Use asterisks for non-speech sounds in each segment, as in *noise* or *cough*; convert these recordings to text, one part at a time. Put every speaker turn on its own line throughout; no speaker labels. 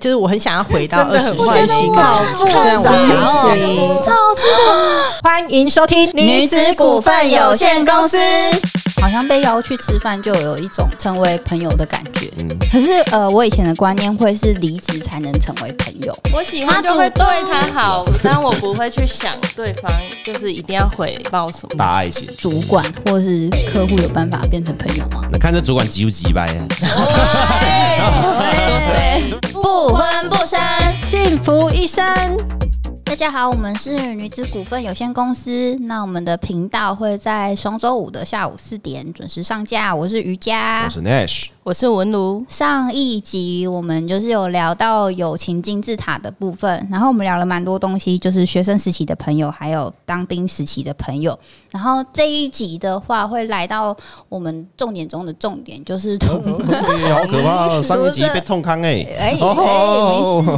就是我很想要回到
真
二
的
十
很
岁
欢
新
欣
高
好
峰，虽然我
看
想
到
要
这
学
个
习。
照片
欢迎收听
好像被邀去吃饭，就有一种成为朋友的感觉。
嗯
可是呃，我以前的观念会是离职才能成为朋友，
我喜欢就会对他好，但我不会去想对方就是一定要回报什么。
大爱情。
主管或是客户有办法变成朋友吗？
那看这主管急不急掰啊？
说谁？
不婚不生。
幸福一生。
大家好，我们是女子股份有限公司。那我们的频道会在双周五的下午四点准时上架。我是瑜伽
我，是 Nash，
我是文如，
上一集我们就是有聊到友情金字塔的部分，然后我们聊了蛮多东西，就是学生时期的朋友，还有当兵时期的朋友。然后这一集的话，会来到我们重点中的重点，就是同
好可怕哦！上一集被痛康哎，
哎、哎，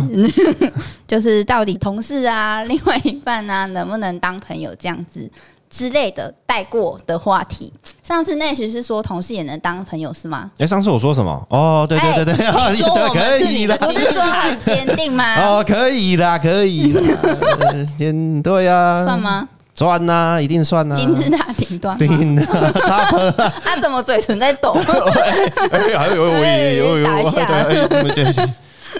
没事， *laughs* 就是到底同事啊、另外一半啊，能不能当朋友这样子之类的带过的话题。上次那许是说同事也能当朋友是吗？
哎，上次我说什么？哦，对对对对，啊
你说我
可
们是
以
你
啦
的，
不是说很坚定吗？
*laughs* 哦，可以啦，可以啦，呃先对啊，
算？吗？
算呐，一定算呐，
金字塔顶端吗？
定啊，
他怎么嘴唇在抖？ *laughs*
哎还有我也有有，
打一下
对对对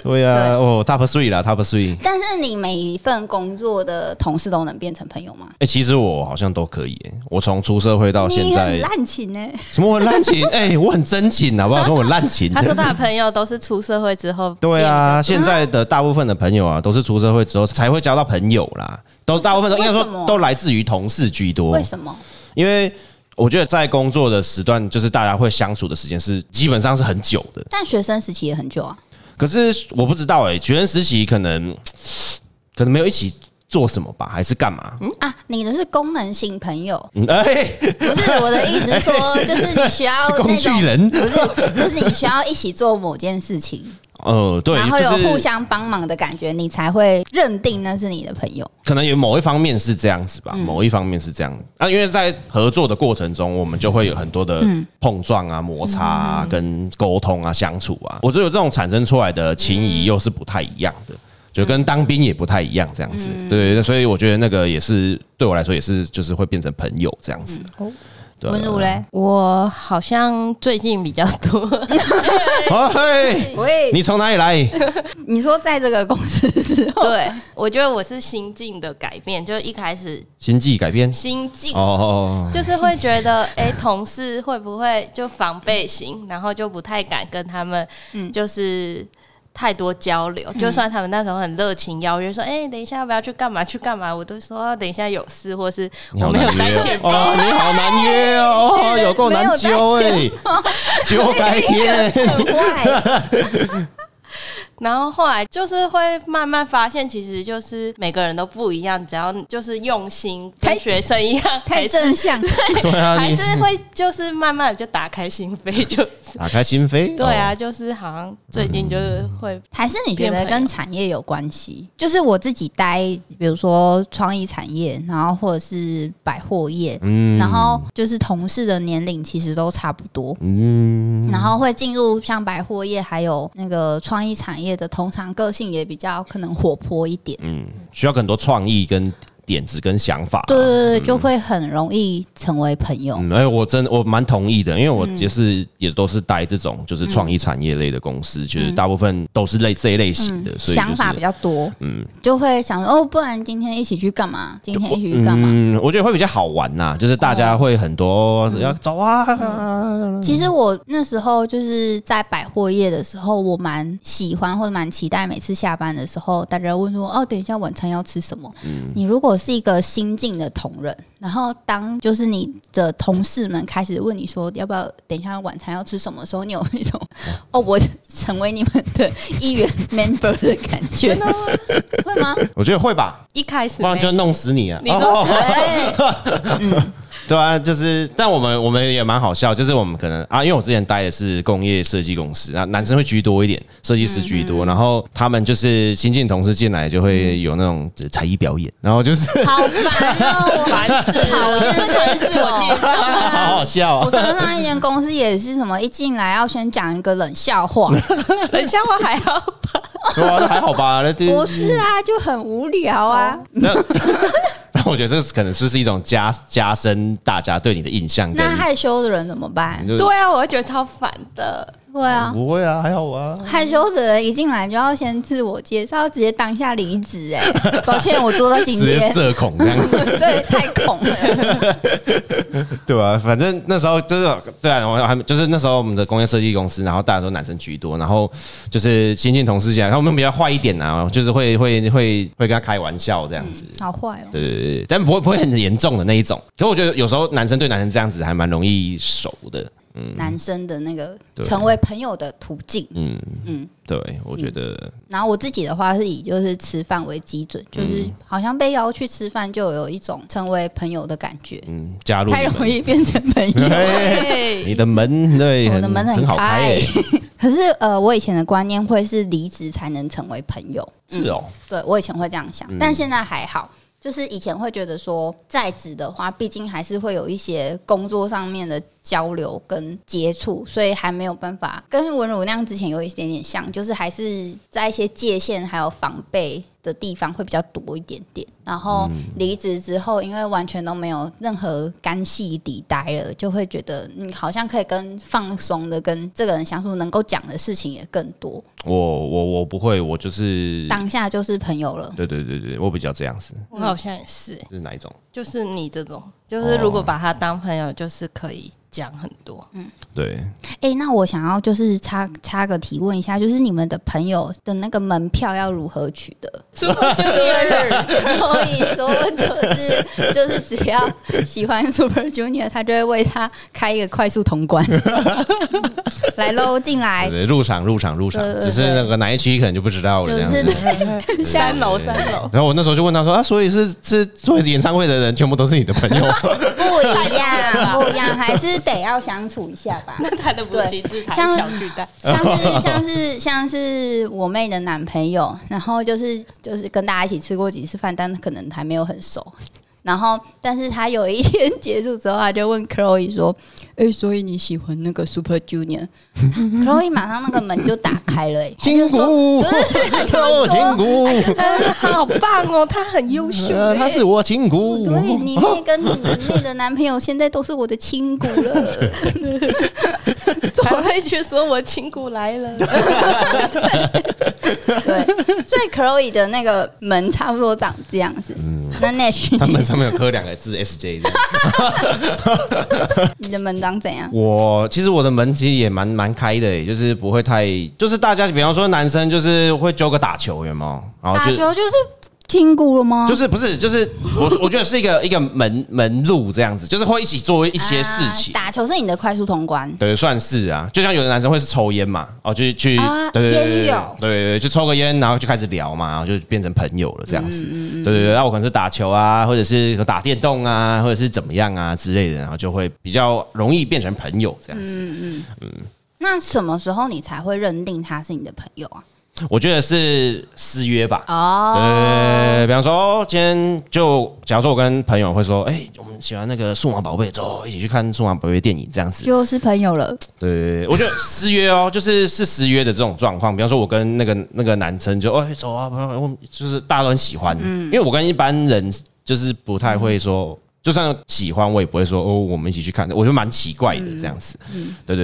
对呀，哦，Top Three 啦，Top Three。
但是你每一份工作的同事都能变成朋友吗？
哎，其实我好像都可以耶，我从出社会到现
你很
在，
滥情欸呢、
什么我滥情？哎，我很真情，好不好？说我滥情，
他说他的朋友都是出社会之后，
对，啊，现在的大部分的朋友啊，都是出社会之后才会交到朋友啦，都大部分都应该
为什
说
么
都来自于同事居多
为，什么？
因为。我觉得在工作的时段，就是大家会相处的时间是基本上是很久的。
但学生时期也很久啊。
可是我不知道哎、学生时期可能可能没有一起做什么吧，还是干嘛？
啊，你的是功能性朋
*laughs*
友，
嗯，哎、
不是我的意思是说，就是你需要
*laughs* 是
那种
工具，人。
不是，就是你需要一起做某件事情，
呃，对，
然后有
就
互
是
相帮忙的感觉，你才会认定那是你的朋友。
可能有某一方面是这样子吧，某一方面是这样啊，因为在合作的过程中，我们就会有很多的碰撞啊、摩擦啊、跟沟通啊、相处啊，我觉得这种产生出来的情谊又是不太一样的。就跟当兵也不太一样，这样子，对，所以我觉得那个也是对我来说也是，就是会变成朋友这样子。对啊
文如嘞，
我好像最近比较 *laughs* 多，
哦嘿，
喂，
你从哪里来？
你说在这个公司之后，
对，我觉得我是心境的改变，就一开始
星际改编
心境
哦哦，哦
就是会觉得，哎、同事会不会就防备心，然后就不太敢跟他们，
嗯
就是太多交流。就算他们那时候很热情邀约，说，哎、等一下要不要去干嘛去干嘛，我都说、啊等一下有事，或是
你
我
好
没有
难
带
约
钱包。
哦，你好难约哦，有够难揪哎，揪改天。
很坏，
然后后来就是会慢慢发现，其实就是每个人都不一样，只要就是用心，
太
跟学生一样，
太
还是
正向，
*laughs*
*laughs*
对啊，
还
你
是会就是慢慢的就打开心扉，就是
打开心扉。
对啊，
哦，嗯
就是好像最近就是会
还是你觉得跟产业有关系？就是我自己待，比如说创意产业，然后或者是百货业，
嗯
然后就是同事的年龄其实都差不多，
嗯，
然后会进入像百货业还有那个创意产业的，通常个性也比较可能活泼一
嗯
点。
需要很多创意跟点子跟想法。啊
对对对，就会很容易成为朋友。
嗯，哎，我真我蛮同意的，因为我也是也都是待这种就是创意产业类的公司，就是大部分都是类这一类型的，所
嗯
以
想法
就是
比较多，
嗯
就会想说哦，不然今天一起去干嘛？今天一起去干嘛？
嗯，我觉得会比较好玩呐，就是大家会很多要走啊，
其实我那时候就是在百货业的时候，我蛮喜欢或者蛮期待，每次下班的时候，大家问说：“哦，等一下晚餐要吃什么？”你如果是一个新进的同仁，然后当就是你的同事们开始问你说要不要等一下晚餐要吃什么的时候，你有一种哦，我成为你们的一员 member 的感觉，会吗？
我觉得会吧，
一开始
不然就弄死你啊！
哎
你都
哦，
对，嗯，
对啊，就是，但我们我们也蛮好笑，就是我们可能啊，因为我之前待的是工业设计公司，啊，男生会居多一点，设计师居
嗯
多，然后他们就是新进同事进来就会有那种才艺表演，然后就是 *laughs*
好烦哦，
烦死了，
真
真
的
的
很
很
自
自
我
我
介
介
绍
绍。
好好笑
哦 *laughs* 我
哦，
上上一间公司也是什么，一进来要先讲一个冷笑话，
*laughs* 冷笑话还好吧？
*laughs* 对啊，还好吧，那就
不是啊，就很无聊啊。
*laughs* 那那我觉得这可能就是一种加加深大家对你的印象跟
那害羞的人怎么办？
就
对啊，我会觉得超烦的。
嗯
对啊，
不会啊，还好啊。
害羞的人一进来就要先自我介绍，直接当下离职。
*laughs*
哎，抱歉，我做到今
直接
天，
社恐这样，
*laughs* 对，太恐了。
对啊，反正那时候就是对啊，我还就是那时候我们的工业设计公司，然后大家都男生居多，然后就是新进同事进来，他们比较坏一点啊，就是会会会会跟他开玩笑这样子，
好坏哦，
对对对对，但不会不会很严重的那一种。可我觉得有时候男生对男生这样子还蛮容易熟的，
男生的那个
对
成为朋友的途径。
嗯
嗯
嗯，对，我觉得
然后我自己的话是以就是吃饭为基
嗯
准，就是好像被邀去吃饭就有一种成为朋友的感觉，
嗯，加入
太
你们
容易变成朋
*laughs*
友。
你的门对，
我的门
很
很
好开欸
开
耶，
可是呃，我以前的观念会是离职才能成为朋友，
是哦，
对我以前会这样想，但现在还好。就是以前会觉得说在职的话，毕竟还是会有一些工作上面的交流跟接触，所以还没有办法跟文儒那样之前有一点点像，就是还是在一些界限还有防备的地方会比较多一点点。然后离职之后，因为完全都没有任何干系底待了，就会觉得嗯，好像可以跟放松的跟这个人相处，能够讲的事情也更多，
我我我不会，我就是
当下就是朋友了。
对对对对，我比较这样子，
我好像也是、
是哪一种？
就是你这种，就是如果把他当朋友，就是可以讲很多。
对，
哎、那我想要就是插插个提问一下，就是你们的朋友的那个门票要如何取得？
是不是就是因
*laughs*
为
所以说就是就是只要喜欢 Super Junior，他就会为他开一个快速通
*laughs*
关，来喽进来
对，对入场入场入场
哎对，对
只是那个哪一区可能就不知道了
就
这样
是
子。
*laughs* 三楼三楼？
然后我那时候就问他说啊，所以是是做演唱会的人全部都是你的朋
*laughs*
友？
不一
*laughs*
样不一样，还是得要相处一下吧。
那他的
对
母鸡是台
像
小巨蛋，
像是像是像是我妹的男朋友，然后就是就是跟大家一起吃过几次饭，但可能还没有很熟。然后，但是他有一天结束之后，他就问 Chloe 说：“哎、所以你喜欢那个 Super *laughs* Junior？”Chloe 马上那个门就打开了、
*laughs*
欸，
金鼓，
他就
哦，
说
金鼓，
好棒哦，他很优 *laughs* 秀
呃他是我金鼓，
所以你妹跟你妹的男朋友现在都是我的亲骨了。
才会去说我亲骨来 *laughs* 了。
对，所以 Chloe 的那个门差不多长这样子。那 Nash，
嗯他们上面有刻两个字 SJ 这样。
你的门长怎样？
我其实我的门其实也蛮蛮开的耶，欸就是不会太，就是大家比方说男生就是会揪个打球，有没有？然后
打
哦就
球就是筋骨了吗？
就是不是就是我我觉得是一个一个门门路这样子，就是会一起做一些事
啊
情。
打球是你的快速通关，
对，算是啊，就像有的男生会是抽烟嘛，哦，就去
啊
对对对
烟
对
友
对对，就抽个烟，然后就开始聊嘛，然哦后就变成朋友了这样子。
嗯
对对对，那我可能是打球啊，或者是打电动啊，或者是怎么样啊之类的，然后就会比较容易变成朋友这样子。
嗯那什么时候你才会认定他是你的朋友啊？啊
我觉得是私约吧。
哦，
呃，比方说，哦今天就假如说我跟朋友会说，哎、我们喜欢那个数码宝贝，走，一起去看数码宝贝电影这样子。
就是朋友
嗯
了。
对，我觉得私约哦，就是是私约的这种状况。比方说，我跟那个那个男生就，哎、走啊，不要，我们就是大家都很喜欢，因为我跟一般人就是不太会说。就算喜欢，我也不会说哦，我们一起去看，我就蛮奇怪的这样子。对对对对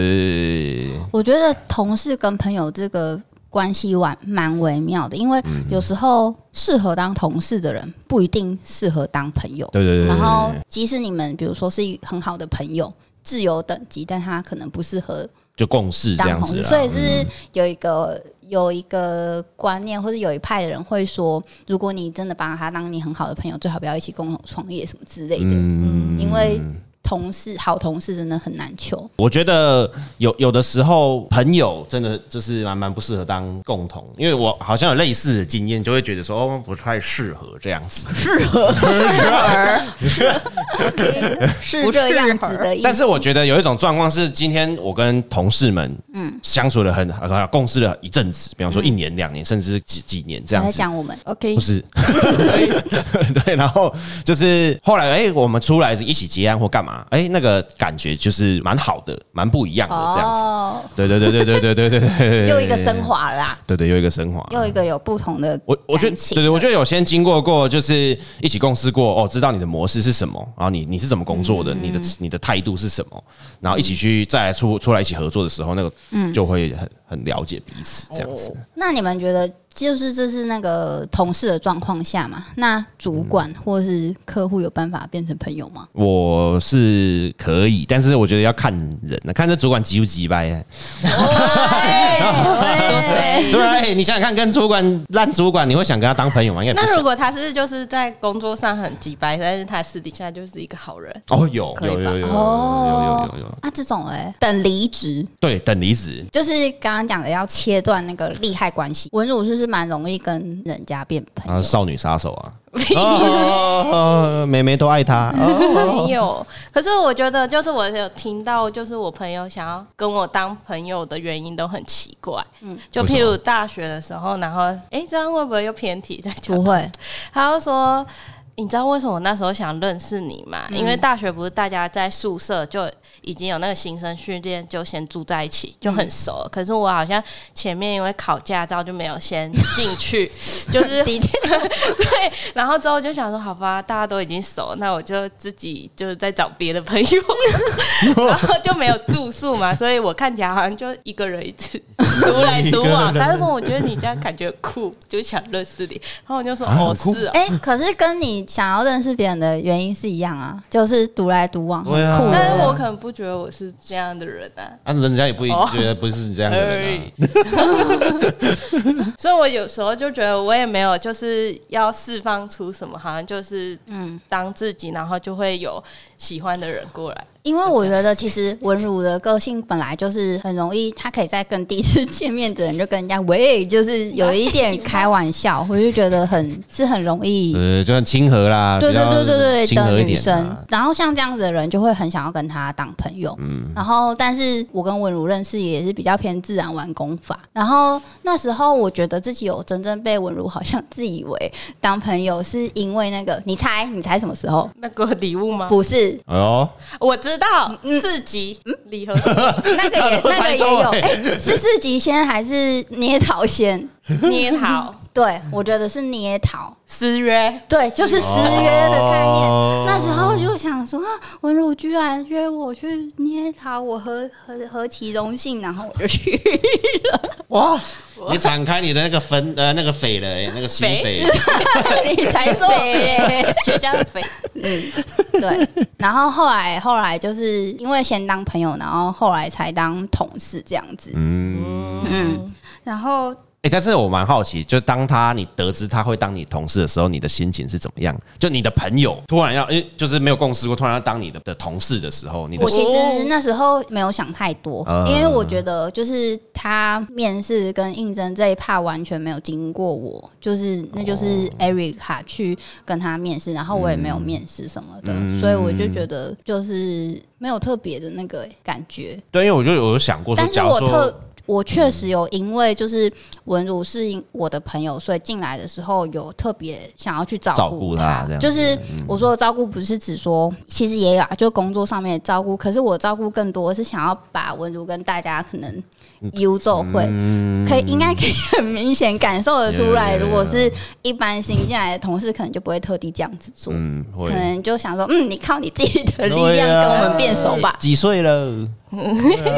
对对
我觉得同事跟朋友这个关系蛮蛮微妙的，因为
嗯
有时候适合当同事的人不一定适合当朋友。
对对对对
然后
对，
即使你们比如说是很好的朋友，自由等级，但他可能不适合
就共事这
当
样
同
子啊
事，
嗯啦。
所以是不是有一个有一个观念，或者有一派的人会说，如果你真的把他当你很好的朋友，最好不要一起共同创业什么之类的，
嗯
因为同事好同事真的很难求。
*laughs* 我觉得有有的时候朋友真的就是蛮蛮不适合当共同，因为我好像有类似的经验，就会觉得说哦不太适合这样子。
是这样子的意思。
但是我觉得有一种状况是，今天我跟同事们嗯相处了很很共事了一阵子，比方说一年、两年，甚至几几年这
我
样
在
子。
讲我们
OK，
不是，对，然后就是后来，哎、我们出来一起结案或干嘛，哎、那个感觉就是蛮好的，蛮不一样的这样子。
哦，
对对对对对对对对对对，
又一个升华了啦，
对对，又一个升华。
又一个有不同的
我我觉得
感情
对对，我觉得有先经过过，就是一起共事过哦，知道你的模式是什么，然后你你是怎么工作的，你的你的态度是什么，然后一起去再来出出来一起合作的时候，那个就会很很了解彼此这样子。
那你们觉得，就是这是那个同事的状况下嘛？那主
嗯
管或是客户有办法变成朋友吗？
我是可以，但是我觉得要看人呢，看这主管急不急掰。
说谁？
对啊，哎你想想看，跟主管烂主管，你会想跟他当朋友吗？应该不
那如
是。
果他是就是在工作上很急掰，但是他私底下就是一个好人，
哦，有
可以
有有
吧
有有有有
哦
有有，
啊，这种哎、等离职，
对，等离职，
就是刚刚讲的要切断那个利害关系。文儒是不是蛮容易跟人家变朋
啊，
友？
少女杀手啊，哦，妹妹都爱他，
没有。可是我觉得，就是我有听到，就是我朋友想要跟我当朋友的原因都很奇怪。嗯，就譬
为什
如大学的时候，然后哎、诶这样会不会又偏题在讲？
不
*laughs*
会，
他就说。你知道为什么我那时候想认识你吗？因为大学不是大家在宿舍就已经有那个新生训练，就先住在一起，就很熟了。可是我好像前面因为考驾照就没有先进 *laughs* 去，就是
的确，
对，然后之后就想说，好吧，大家都已经熟，那我就自己就是在找别的朋 *laughs* 友，然后就没有住宿 *laughs* 嘛，所以我看起来好像就一个人一直 *laughs* 独来独往。他就说，我觉得你这样感觉酷，就想认识你。然后我就说，
啊
哦，
很酷
是哦。
哎、可是跟你想要认识别人的原因是一样啊，就是独来独往，很
对啊
酷
但是我
的。
可能不觉得我是这样的人啊，
啊，人家也不一
哦
觉得不是这样的人、啊。
所以我有时候就觉得我也没有就是要释放出什么，好像就是嗯当自己，然后就会有喜欢的人过来。
因为我觉得其实文儒的个性本来就是很容易，他可以在跟第一次见面的人就跟人家喂，就是有一点开玩笑，我就觉得很是很容易。
呃，就很亲和啦，
对
比
对
较
对对对
亲
的
和一
女
点
生
啊。，
然后像这样子的人就会很想要跟他当朋友。
嗯
然后但是我跟文如认识也是比较偏自然玩功法。然后那时候我觉得自己有真正被文如好像自以为当朋友，是因为那个你猜你猜什么时候？
那个礼物吗？嗯
不是
哎呦，
*laughs* 我知道四级礼盒，
那个也
*laughs*
那
我
个
猜
也
中
有，
了
哎、是四级仙还是捏桃仙？
捏桃
对，我觉得是捏桃，
私约，
对，就是私约的概念。
哦
那时候就想说，啊文儒居然约我去捏桃，我何何何其荣幸，然后我就去。 *laughs*
哇，你展开你的那个分呃那个匪了、哎那个心匪， *laughs*
你才说
对，全家的肥，
嗯对，然后后来后来就是因为先当朋友，然后后来才当同事这样子。
嗯，
嗯，然后
哎、但是我蛮好奇，就当他你得知他会当你同事的时候，你的心情是怎么样？就你的朋友突然要，哎、就是没有共识过，突然要当你的的同事的时候，你的
我
心
其实那时候没有想太多，
嗯
因为我觉得就是他面试跟应征这一趴完全没有经过我，就是那就是
哦
Erica 去跟他面试，然后我也没有
嗯
面试什么的，所以我就觉得就是没有特别的那个感觉。
对，因为我就有想过说，
但是
假
我
如
特
说。
我确实有因为就是文如是我的朋友，所以进来的时候有特别想要去照
照顾
顾
他这样子嗯
就是我说的照顾不是指说，其实也有啊，就工作上面的照顾。可是我照顾更多是想要把文如跟大家可能
嗯
游走会，可以应该可以很明显感受得出来。
Yeah, yeah, yeah.
如果是一般新进来的同事，可能就不会特地这样子做，
嗯，会
可能就想说，嗯，你靠你自己的力
对
量
啊
跟我们变熟吧。
几岁了？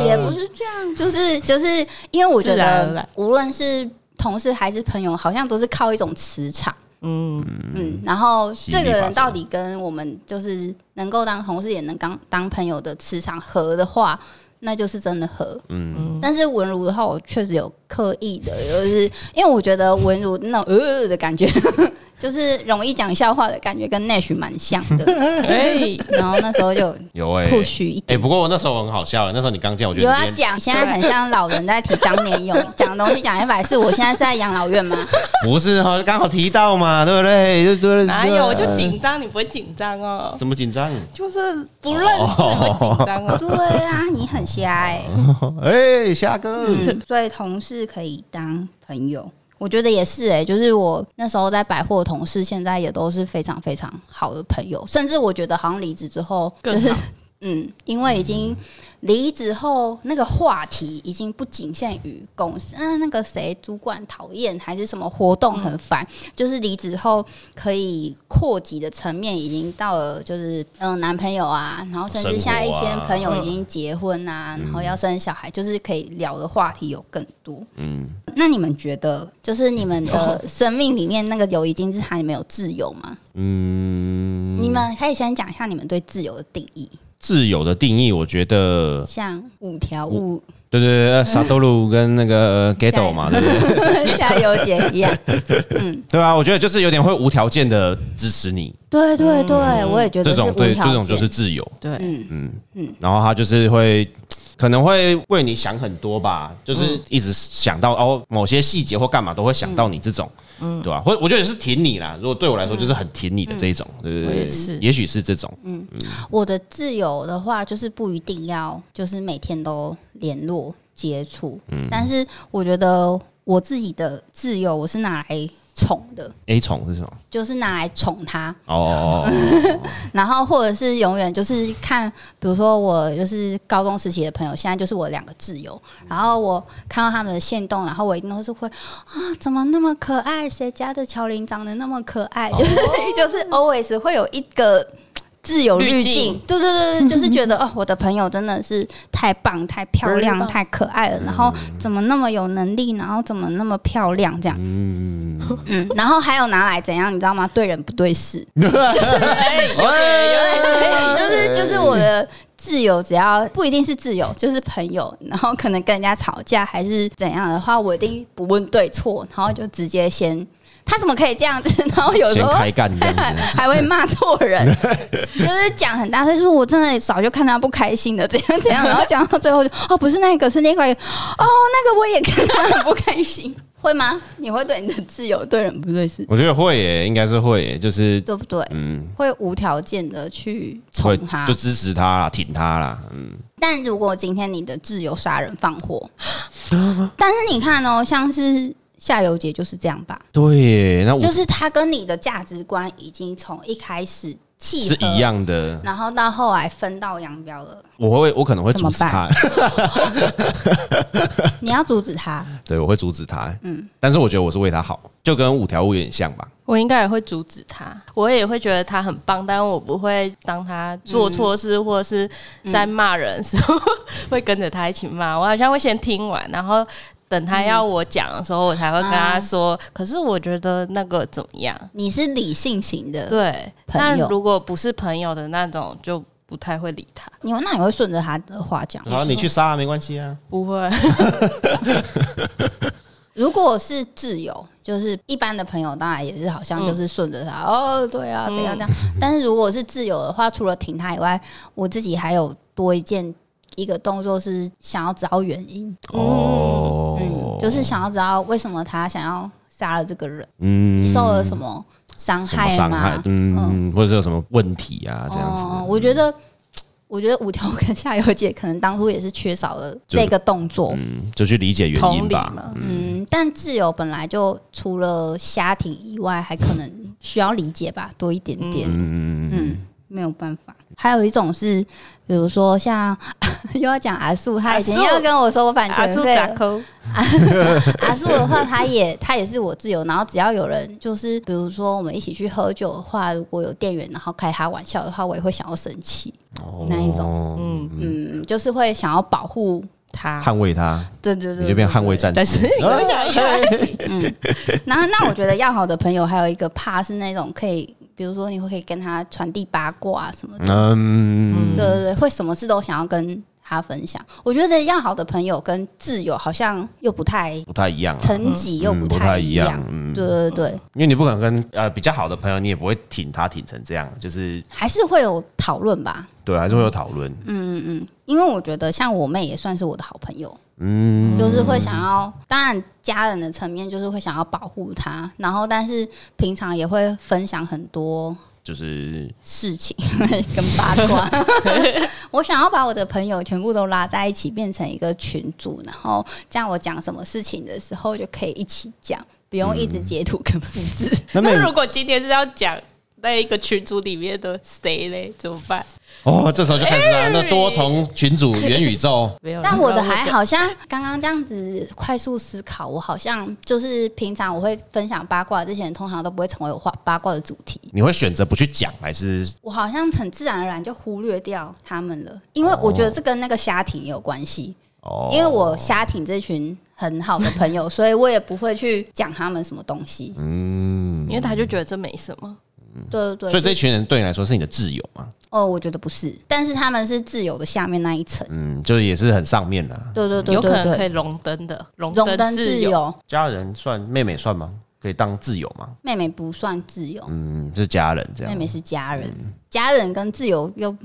也不是这样，哦就是就是因为我觉
自然而
得
然，
无论是同事还是朋友，好像都是靠一种磁场。
嗯，
嗯，然后
吸
这
引力
个
法
人
则
到底跟我们就是能够当同事也能当当朋友的磁场合的话，那就是真的合。嗯，但是文儒的话，我确实有刻意的，就是因为我觉得文儒那种呃的感觉， *laughs* 就是容易讲笑话的感觉，跟 Nash 蛮像 *laughs* 的。
哎，
然后那时候就
有哎、
不许一
哎、
点。
不过那时候我很好笑、那时候你刚进来，我觉
有啊
得
要
你今天
讲，现在很像老人在提当年勇，讲东西讲一百次。我现在是在养老
*laughs*
院吗？
不是哈，刚好提到嘛，对不对？对对对
哪有？哎我就紧张，你不会紧张哦，
怎么紧张？
就是不认识会紧张哦。
对啊，你很瞎哎、
哎、虾哥，
嗯，所以同事可以当朋友，我觉得也是哎、就是我那时候在百货的同事，现在也都是非常非常好的朋友，甚至我觉得好像离职之后
更
就是
好
嗯，因为已经离职后那个话题已经不仅限于公司，嗯、那个谁主管讨厌还是什么活动很烦，就是离职后可以扩及的层面已经到了，就是嗯、呃男朋友啊，然后甚至
生活
现在一些
啊
朋友已经结婚啊，然后要生小孩，就是可以聊的话题有更多。
嗯，
那你们觉得，就是你们的 *laughs* 生命里面那个友谊金字塔里面有自由吗？嗯，你们可以先讲一下你们对自由的定义，
自由的定义，我觉得，
像五条悟 *laughs*
对对对，沙多鲁跟那个 g e d o 嘛，对不对？
夏油姐一样。
对啊，我觉得就是有点会无条件的支持你，
对对对，我也觉得
嗯这
是
种
无
对，这
条
种就
件。
是自由。
对，
嗯，
然后他就是会。可能会为你想很多吧，就是一直想到、哦某些细节或干嘛都会想到你这种，嗯，对吧？或我觉得是挺你啦。如果对我来说就是很挺你的这一种，对对
我
对，
也是
也许是这种，
我的自由的话，就是不一定要，就是每天都联络接触。但是我觉得我自己的自由，我是拿来宠的，
A 虫是什么？
就是拿来宠他。
哦哦哦
然后或者是永远就是看，比如说我就是高中时期的朋友，现在就是我两个挚友，然后我看到他们的线动，然后我一定都是会啊，怎么那么可爱？谁家的乔林长得那么可爱？就是 *laughs* 就是 always 会有一个。自由滤
滤
镜
镜，
对对对对，就是 *laughs* 觉得哦，我的朋友真的是太棒、太漂亮
Very、棒
太可爱了，然后怎么那么有能力，然后怎么那么漂亮，这样，嗯，然后还有拿来怎样，你知道吗？对人不对事，
哎，有
*laughs*
点有点，
哎
就是就是我的自由，只要不一定是自由，就是朋友，然后可能跟人家吵架还是怎样的话，我一定不问对错，然后就直接先他怎么可以这样子， *laughs* 然后有
哦，
时
先
候
开干这样子。
还会骂错
*laughs*
人，就是讲很大声，说我真的早就看他不开心的，怎样怎样，然后讲到最后就哦，不是那个，是另外一个，哦，那个我也看他很不开心， *laughs* 会吗？你会对你的自由对人不对事，
我觉得会耶，应该是会耶，就是
对不对？
嗯，
会无条件的去
会
宠他，
就支持他啦，挺他啦，嗯，
但如果今天你的自由杀人放火，
啊
但是你看哦，像是夏油杰就是这样吧，
对耶，那我
就是他跟你的价值观已经从一开始契
是
合
一，样的，
然后到后来分道扬镳了。
我会我可能会阻止他，
你要阻止他，
对我会阻止他，嗯，但是我觉得我是为他好，就跟五条悟有点像吧，
我应该也会阻止他，我也会觉得他很棒，但我不会当他做错事或者是在骂人的时候、会跟着他一起 *laughs* 骂。我好像会先听完，然后等他要我讲的时候，我才会跟他说。可是我觉得那个怎么样？
你是理性型的，
对，
朋友
但如果不是朋友的那种，就不太会理他。
你那你会顺着他的话讲。
好，你去杀啊没关系啊，
不会，
如果是自由，就是一般的朋友，当然也是好像就是顺着他、
嗯
哦，对啊，这样这样。但是如果是自由的话，除了挺他以外，我自己还有多一件一个动作是想要知道原因，
哦
嗯，就是想要知道为什么他想要杀了这个人，
嗯
受了什么伤
什么
害
伤害
吗？，
嗯，或者是有什么问题啊这样
哦
子，
我觉得。我觉得五条 *laughs* 跟夏油姐可能当初也是缺少了这个动作，
嗯，就去理解原
同
因
理
吧，
嘛。
嗯，但自由本来就除了家庭以外，还可能需要理解吧，多一点点。
嗯嗯
嗯，没有办法。还有一种是，比如说像 *laughs* 又要讲阿素，他以前
阿素
又跟我说我版
阿
权
朱
费
扎
了。
啊扣，
阿素的话，他也他也是我自由。然后只要有人就是，比如说我们一起去喝酒的话，如果有店员然后开他玩笑的话，我也会想要生气。
嗯，
那一种
种
嗯，
嗯，就是会想要保护他。
捍卫他，
对对对
你就变
对
捍卫
对
战
但
士
是，你会想一下，
嗯 *laughs* 然后，那我觉得要好的朋友还有一个怕是那种可以，比如说你会可以跟他传递八卦什么的，
嗯，
对对对，会什么事都想要跟他分享。我觉得要好的朋友跟挚友好像又不太
不太一样啊。
层级，又
嗯
不
不太
太
一
一
样嗯
样。对对对，
因为你不可能跟呃比较好的朋友，你也不会挺他挺成这样，就是
还是会有讨论吧。嗯
对，啊还是会有讨论。
因为我觉得像我妹也算是我的好朋友，嗯，就是会想要，当然家人的层面就是会想要保护她，然后但是平常也会分享很多
就是
事情 *laughs* 跟八卦。 *laughs* 我想要把我的朋友全部都拉在一起，变成一个群组，然后这样我讲什么事情的时候就可以一起讲，不用一直截图跟复制。
那妹
那如果今天是要讲在一个群组里面的谁嘞，怎么办？
哦，这时候就开始了，那多重群组元宇宙
没有啦，
但我的还好像刚刚这样子快速思考，我好像就是平常我会分享八卦，这些人通常都不会成为我话八卦的主题。
你会选择不去讲，还是
我好像很自然而然就忽略掉他们了，因为我觉得这跟那个虾艇也有关系。
哦？
因为我虾艇这群很好的朋
*laughs*
友，所以我也不会去讲他们什么东西。
嗯，
因为他就觉得这没什么。
对对对，
所以这群人对你来说是你的挚友嘛？
哦，我觉得不是，但是他们是自由的下面那一层。
嗯，就是也是很上面的啊。
对对对
有可
对
能可
对，
以荣登的，荣
荣登自
自由。
由，
家人算妹妹算吗？可以当挚友吗？
妹妹不算自由，
嗯，是家人这
妹
样，
妹是家人，家人跟自由又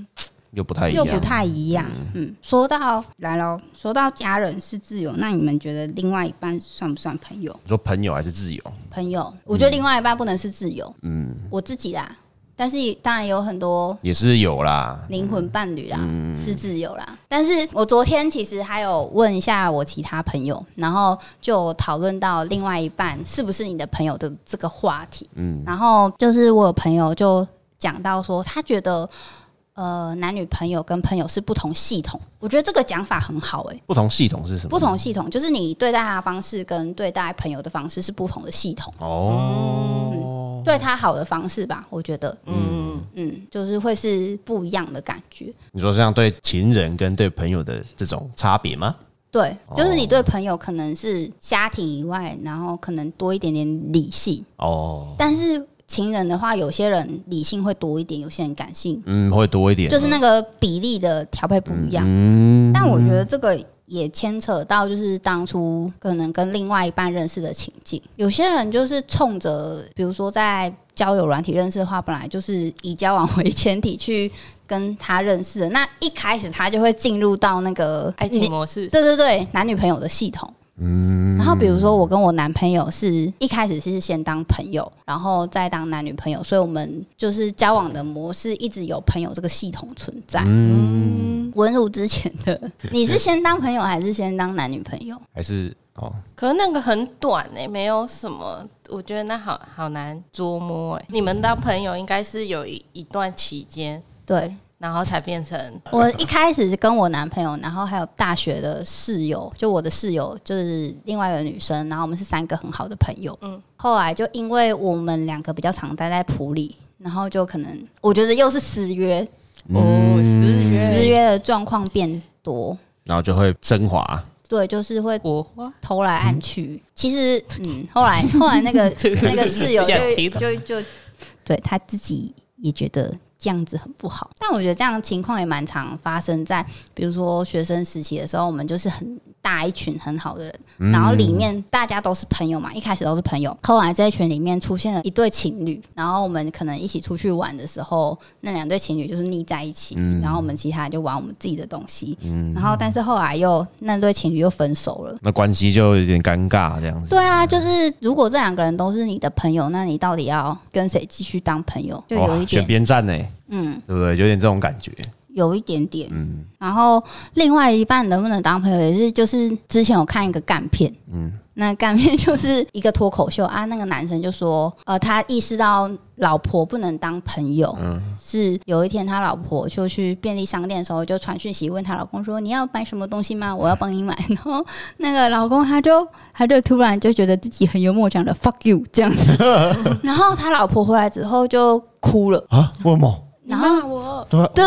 又不太一
又
样，
不太一样。嗯，说到来喽，说到家人是自由，那你们觉得另外一半算不算朋友？
你说朋友还是挚友？
朋友，我觉得另外一半不能是自由，
嗯，
我自己啦，但是当然有很多
也是有啦。
灵魂伴侣啦，是自由啦。但是我昨天其实还有问一下我其他朋友，然后就讨论到另外一半是不是你的朋友的这个话题。嗯，然后就是我有朋友就讲到说，他觉得呃男女朋友跟朋友是不同系统，我觉得这个讲法很好诶、欸
不同系统是什么？
不同系统就是你对待他的方式跟对待朋友的方式是不同的系统，嗯
哦，
对他好的方式吧，我觉得，
嗯，
嗯，就是会是不一样的感觉。
你说这样对情人跟对朋友的这种差别吗？
对，就是你
哦
对朋友可能是家庭以外，然后可能多一点点理性，
哦，
但是情人的话，有些人理性会多一点，有些人感性，
嗯，会多一点，
就是那个比例的调配不一样。
嗯，
但我觉得这个也牵扯到，就是当初可能跟另外一半认识的情境。有些人就是冲着，比如说在交友软体认识的话，本来就是以交往为 *laughs* 前提去跟他认识的，那一开始他就会进入到那个
爱情模式
对对对，男女朋友的系统。嗯，然后比如说我跟我男朋友是一开始是先当朋友，然后再当男女朋友，所以我们就是交往的模式一直有朋友这个系统存在。嗯，文儒之前的你是先当朋友还是先当男女朋友？
还是哦，
可是那个很短诶、没有什么，我觉得那好好难捉摸诶、你们当朋友应该是有一一段期间，
对
然后才变成
我一开始是跟我男朋友，然后还有大学的室友，就我的室友就是另外一个女生，然后我们是三个很好的朋友。嗯，后来就因为我们两个比较常待在普里，然后就可能我觉得又是私约，
哦十
私
月
约的状况变多，
然后就会升华，
对，就是会
火花，
偷来暗去。其实，嗯，后
*laughs*
来后来那个那个室友
想提
就
到
就就对他自己也觉得这样子很不好，但我觉得这样的情况也蛮常发生在，比如说学生时期的时候，我们就是很大一群很好的
嗯
人，然后里面大家都是朋友嘛，一开始都是朋友，后来这一群里面出现了一对情侣，然后我们可能一起出去玩的时候，那两对情侣就是腻在一起，
嗯
然后我们其他人就玩我们自己的东西，然后但是后来又那对情侣又分手了。
那关系就有点尴尬这样子。
对啊，就是如果这两个人都是你的朋友，那你到底要跟谁继续当朋友？就
哇，
有一
选
点，
边站呢，
嗯，
对不对？有点这种感觉，
有一点点，嗯。然后另外一半能不能当朋友，也是就是之前有看一个干片，嗯，那干片就是一个脱口秀啊，那个男生就说，呃，他意识到老婆不能当朋友，是有一天他老婆就去便利商店的时候，就传讯息问她老公说：“你要买什么东西吗？我要帮你买。”然后那个老公他就他就突然就觉得自己很幽默，讲了 “fuck you” 这样 *laughs* 子。然后他老婆回来之后就哭了。
啊，为什么？
你
然后
骂我，
啊
对对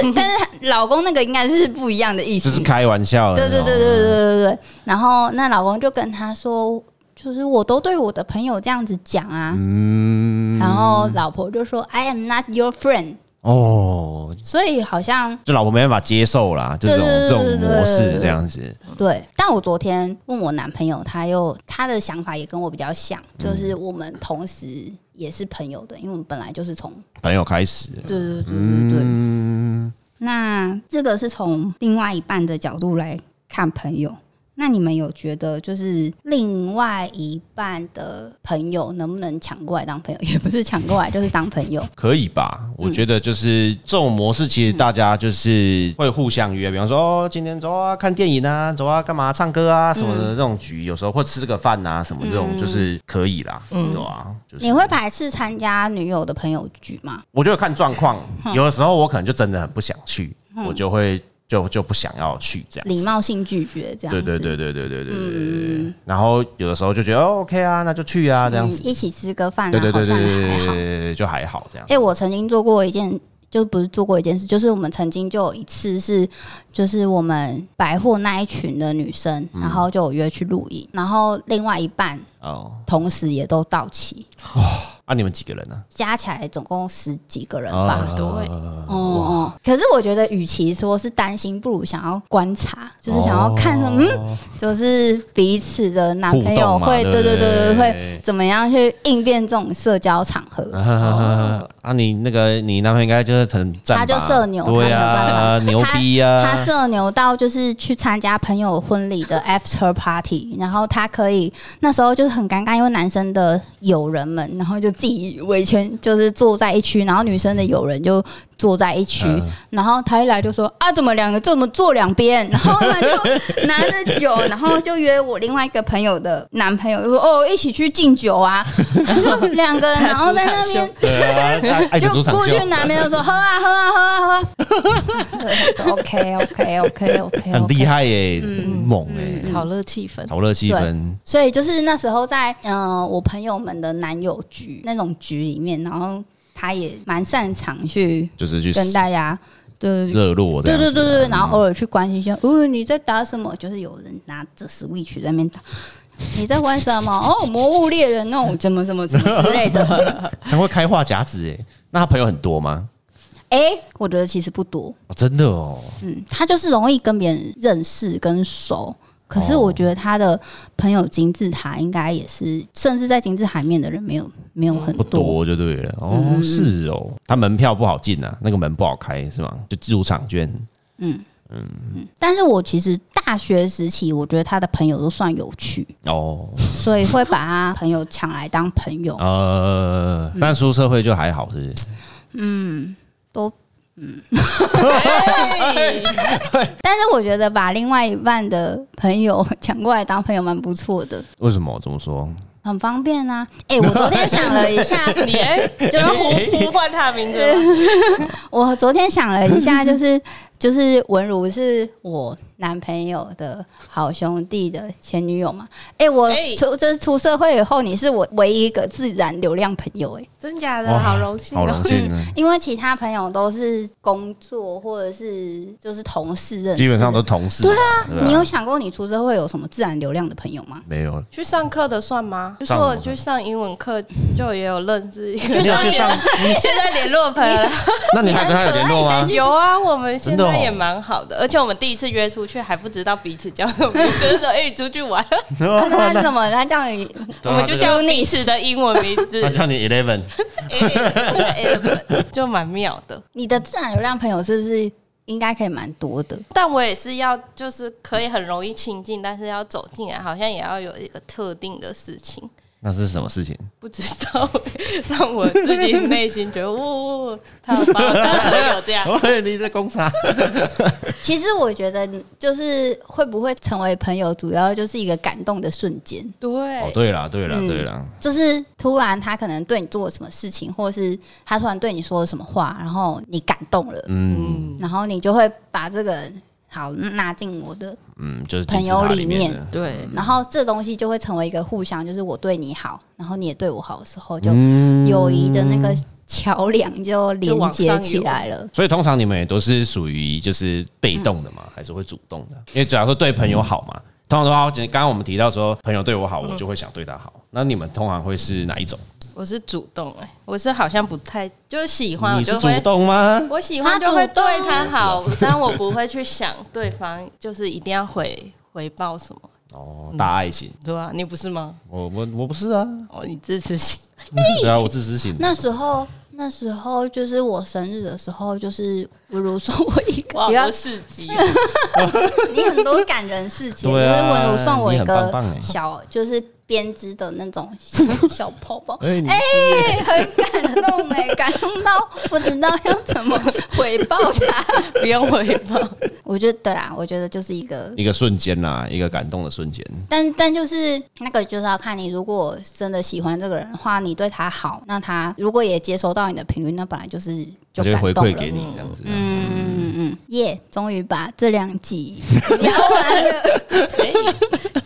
*laughs*
对对对，但是老公那个应该是不一样的意
这
思。
是开玩笑的
对对
那种，
对对对对对。然后那老公就跟她说：“就是我都对我的朋友这样子讲啊。”
嗯，
然后老婆就说：“I am not your friend。”
哦，
所以好像
就老婆没办法接受啦，这种
对对对
这种模
对对
式
对
这样子，
对，但我昨天问我男朋友，他又他的想法也跟我比较像，就是我们同时也是朋友的，因为我们本来就是从
朋友开始，
对对对对对。
嗯
那这个是从另外一半的角度来看朋友。那你们有觉得就是另外一半的朋友能不能抢过来当朋友？ *laughs* 也不是抢过来，就是当朋
*laughs*
友。
可以吧？我觉得就是这种模式，其实大家就是会互相约，比方说哦，今天走啊看电影啊，走啊干嘛唱歌啊什么的这种局，有时候或吃个饭啊什么这种，就是可以啦，对啊，就是
你会排斥参加女友的朋友局吗？
我觉得看状况，有的时候我可能就真的很不想去，我就会就就不想要去这样子。
礼貌性拒绝这样
对
子。
对对对对对对对对对。然后有的时候就觉得哦 OK 啊，那就去啊这样子。
嗯一起吃个饭、啊，
对对对对
好
对
像还
对
好。
对，就还好这样
哎、。我曾经做过一件，就不是做过一件事，就是我们曾经就有一次是，就是我们百货那一群的女生，
嗯
然后就有约去露营，然后另外一半
哦，
同时也都到齐，
啊，你们几个人呢？
加起来总共十几个人
啊
吧。
很多欸
哦哦，可是我觉得，与其说是担心，不如想要观察，就是想要看，嗯，
哦
就是彼此的男啊朋友
互动嘛
会，
对
对对对对，
不对
会怎么样去应变这种社交场合？
啊， *laughs* 啊你那个你男朋友应该就是很赞吧，
他就社牛
对啊，
他没有
牛
办法
逼啊，
他社牛到就是去参加朋友婚礼的 after party，然后他可以那时候就是很尴尬，因为男生的友人们，然后就自己围圈就是坐在一区，然后女生的友人就坐在一区，然后他一来就说啊，怎么两个这么坐两边？然后他就拿着酒，然后就约我另外一个朋友的男朋友，就说哦，一起去敬酒啊，就两个人，然后在那边
对啊，
*laughs*
他爱的
就
主场
过去
秀
拿边就说喝啊喝啊喝啊喝啊对 *laughs* 我说，OK OK OK OK，
很厉。害耶，很猛哎，
炒热气氛。
炒热气
嗯对
氛。
所以就是那时候在嗯、呃我朋友们的男友局那种局里面，然后他也蛮擅长去
就是去
跟大家对
热络
对
这样
对
子
对
啊
对，然后偶尔去关心一下，哦你在打什么？就是有人拿着 Switch 在那边打。你在玩什么？哦，魔物猎人那种怎么怎么怎么之类的。
*laughs* 他会开话匣子哎，那他朋友很多吗？
哎、我觉得其实不多，
哦，真的哦，
嗯，他就是容易跟别人认识跟熟。可是
哦
我觉得他的朋友金字塔应该也是，甚至在金字塔里面的人没有没有很
不多就对了
嗯
哦，是哦，他门票不好进啊，那个门不好开是吗？就入场券
嗯
嗯
但是我其实大学时期，我觉得他的朋友都算有趣，
哦，
所以会把他朋友抢来当朋
*laughs*
友。
啊呃，
嗯
但出社会就还好，是不是？
都嗯， *laughs* 但是我觉得把另外一半的朋友抢过来当朋友蛮不错的，
为什么？怎么说？
很方便啊。哎、我昨天想了一下，
*laughs*
你哎，
*laughs* 就是
呼呼唤他的名字吗，
嗯
我昨天想了一下，就是 *laughs* 就是文如是我男朋友的好兄弟的前女友嘛。哎、我
哎
出这出社会以后，你是我唯一一个自然流量朋友哎、
真假
哇
的，好荣幸哦，
好荣幸啊！
因为其他朋友都是工作或者是就是同事认识，
基本上都。啊同事嘛，对
啊你有想过你出社会有什么自然流量的朋友
*laughs*
吗？
没有？
去上课的算吗？就是
上什么
我去上英文课，就也有认识一个
你有去上？
*laughs* 现在联络朋友了。
那你还跟他有联络 *laughs* 吗？
有啊，我们现
真的
在
哦
也蛮好的，而且我们第一次约出去还不知道彼此叫什么名字，就是说哎出去玩，
啊
*laughs*
*laughs* 那是什么？他叫你
我们就叫彼此的英文名字
*laughs* 他，叫你 eleven，
哎就蛮妙的。
你的自然流量朋友是不是应该可以蛮多的？
但我也是要，就是可以很容易亲近，但是要走进来，好像也要有一个特定的事情，
那是什么事情？
不知道哎让我自己内心觉得，哦，哦他有把我当朋友这
*laughs*
样，
喂，你在工厂？
其实我觉得，就是会不会成为朋友，主要就是一个感动的瞬间，
哦，
对，
对啦，对啦，
嗯
对啦，
就是突然他可能对你做了什么事情，或是他突然对你说了什么话，然后你感动了，
嗯
嗯，
然后你就会把这个人好纳进我的，
嗯，就是
朋友
金字塔
里
面
面
的，
对，
然后这东西就会成为一个互相，就是我对你好，然后你也对我好的时候，就
嗯
友谊的那个桥梁就连接起来了。
所以通常你们也都是属于就是被动的嘛，还是会主动的？因为假如说对朋友好嘛，通常的话，刚刚我们提到说朋友对我好，我就会想对他好。那你们通常会是哪一种？
我是主动哎、我是好像不太就是喜欢，我
你是
就
主
会
动吗？
我喜欢
他
就会
主动
对他好，但我不会去想对方就是一定要回回报什么，
哦，大爱情，
对吧、你不是吗？
我我我不是啊，
哦，你自私型，
*laughs* 对啊，我自私型的。
那时候，那时候就是我生日的时候，就是比如说我一个，
哇，
不要
我是急，
你很多感人事情，
对啊
就是文如送我一
你很棒棒
个
欸，
小，就是编织的那种小泡泡
哎，你
哎、很感动哎、感动到不知道要怎么回报他。
*laughs*
*laughs*
不用回报。
我觉得对啦，我觉得就是一个，
一个瞬间呐，一个感动的瞬间。
但但就是那个就是要看你，如果真的喜欢这个人的话，你对他好，那他如果也接收到你的频率，那本来就是
他
就
就
感
会回
动
馈
了。
给你这样子。
嗯嗯嗯，耶！终于把这两 *laughs* 集聊完了，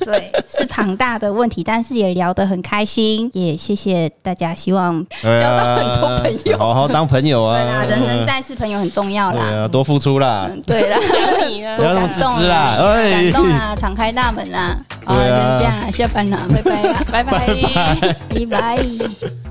对，是庞大的问题，但是也聊得很开心，也谢谢大家。希望
对啊
交到很多朋友
好好当朋友
对
啊。
啦，人生在世，朋友很重要
对
啦。
啊，多付出啦， *laughs*
嗯，对啦，
你啊
不要那么
感
自
动
私啦
啦，，
哎
感，动啦，敞开大
*laughs*
门啦。好，就
对
*laughs*
啊
这样啦，下班啦，拜拜啦，
拜拜。
拜拜。